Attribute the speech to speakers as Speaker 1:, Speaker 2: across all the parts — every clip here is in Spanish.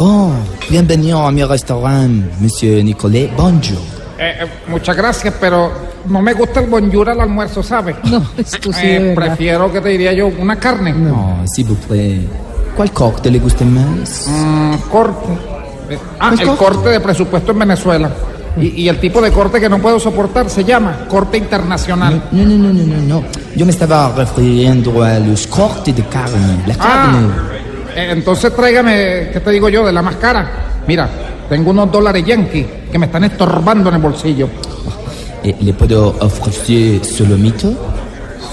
Speaker 1: Oh, bienvenido a mi restaurante, Monsieur Nicolet. Bonjour.
Speaker 2: Eh, eh, muchas gracias, pero no me gusta el bonjour al almuerzo, ¿sabes?
Speaker 3: No, esto sí,
Speaker 2: Eh,
Speaker 3: de verdad.
Speaker 2: prefiero que te diría yo una carne.
Speaker 1: Oh, s'il vous plaît. ¿Cuál corte le gusta más?
Speaker 2: Un corte. Eh, ah,
Speaker 1: ¿Pues
Speaker 2: el
Speaker 1: corte?
Speaker 2: corte de presupuesto en Venezuela. Y, y el tipo de corte que no puedo soportar se llama corte internacional.
Speaker 3: Mm,
Speaker 1: No, no, no, no, no, no. Yo me estaba refiriendo a los cortes de carne. La
Speaker 2: Ah,
Speaker 3: Mm.
Speaker 1: carne.
Speaker 2: eh, entonces tráigame, ¿qué te digo yo? De la más cara. Mira, tengo unos dólares yankees que me están estorbando en el bolsillo.
Speaker 1: Eh, ¿Le puedo ofrecer solomito?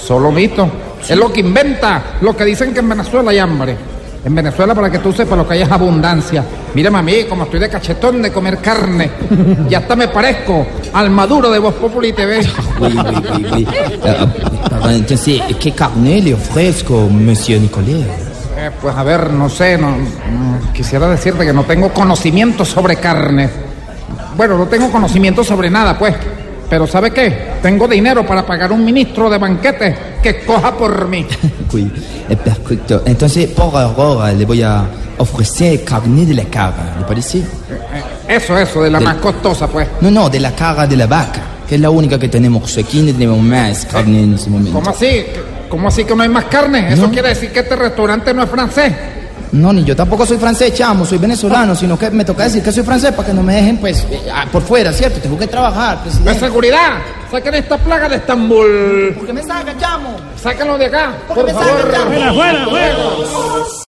Speaker 2: Solo mito. Es lo que inventa, lo que dicen que en Venezuela hay hambre. En Venezuela, para que tú sepas, lo que hay es abundancia. Mírame a mí, como estoy de cachetón de comer carne. Y hasta me parezco al maduro de Voz Populi TV.
Speaker 1: Oui, oui, oui, oui. Ah, ah, pardon, entonces, ¿qué carne le ofrezco, Monsieur Nicolet?
Speaker 2: Eh, pues a ver, no sé, no, mm, quisiera decirte que no tengo conocimiento sobre carne. Bueno, no tengo conocimiento sobre nada, pues. Pero ¿sabe qué? Tengo dinero para pagar un ministro de banquete que coja por mí.
Speaker 1: Oui, eh, perfecto. Entonces, por error, le voy a ofrecer carne de la cara, ¿le parece?
Speaker 2: Eh, Eso, eso, de la más costosa, pues.
Speaker 1: No, no, de la cara de la vaca, que es la única que tenemos. Aquí no tenemos más carne en ese momento.
Speaker 2: ¿Cómo así? ¿Cómo así que no hay más carne? Eso quiere decir que este restaurante no es francés.
Speaker 1: No, ni yo tampoco soy francés, chamo, soy venezolano, sino que me toca decir que soy francés para que no me dejen, pues, eh, ah, por fuera, ¿cierto? Tengo que trabajar,
Speaker 2: ¡De
Speaker 1: presidente.
Speaker 2: seguridad! ¡Saquen esta plaga de Estambul!
Speaker 1: ¿Por qué me saca, chamo?
Speaker 2: ¡Sáquenlo de acá!
Speaker 1: ¿Por qué
Speaker 2: ¡Por
Speaker 1: me saca,
Speaker 2: favor!
Speaker 1: chamo?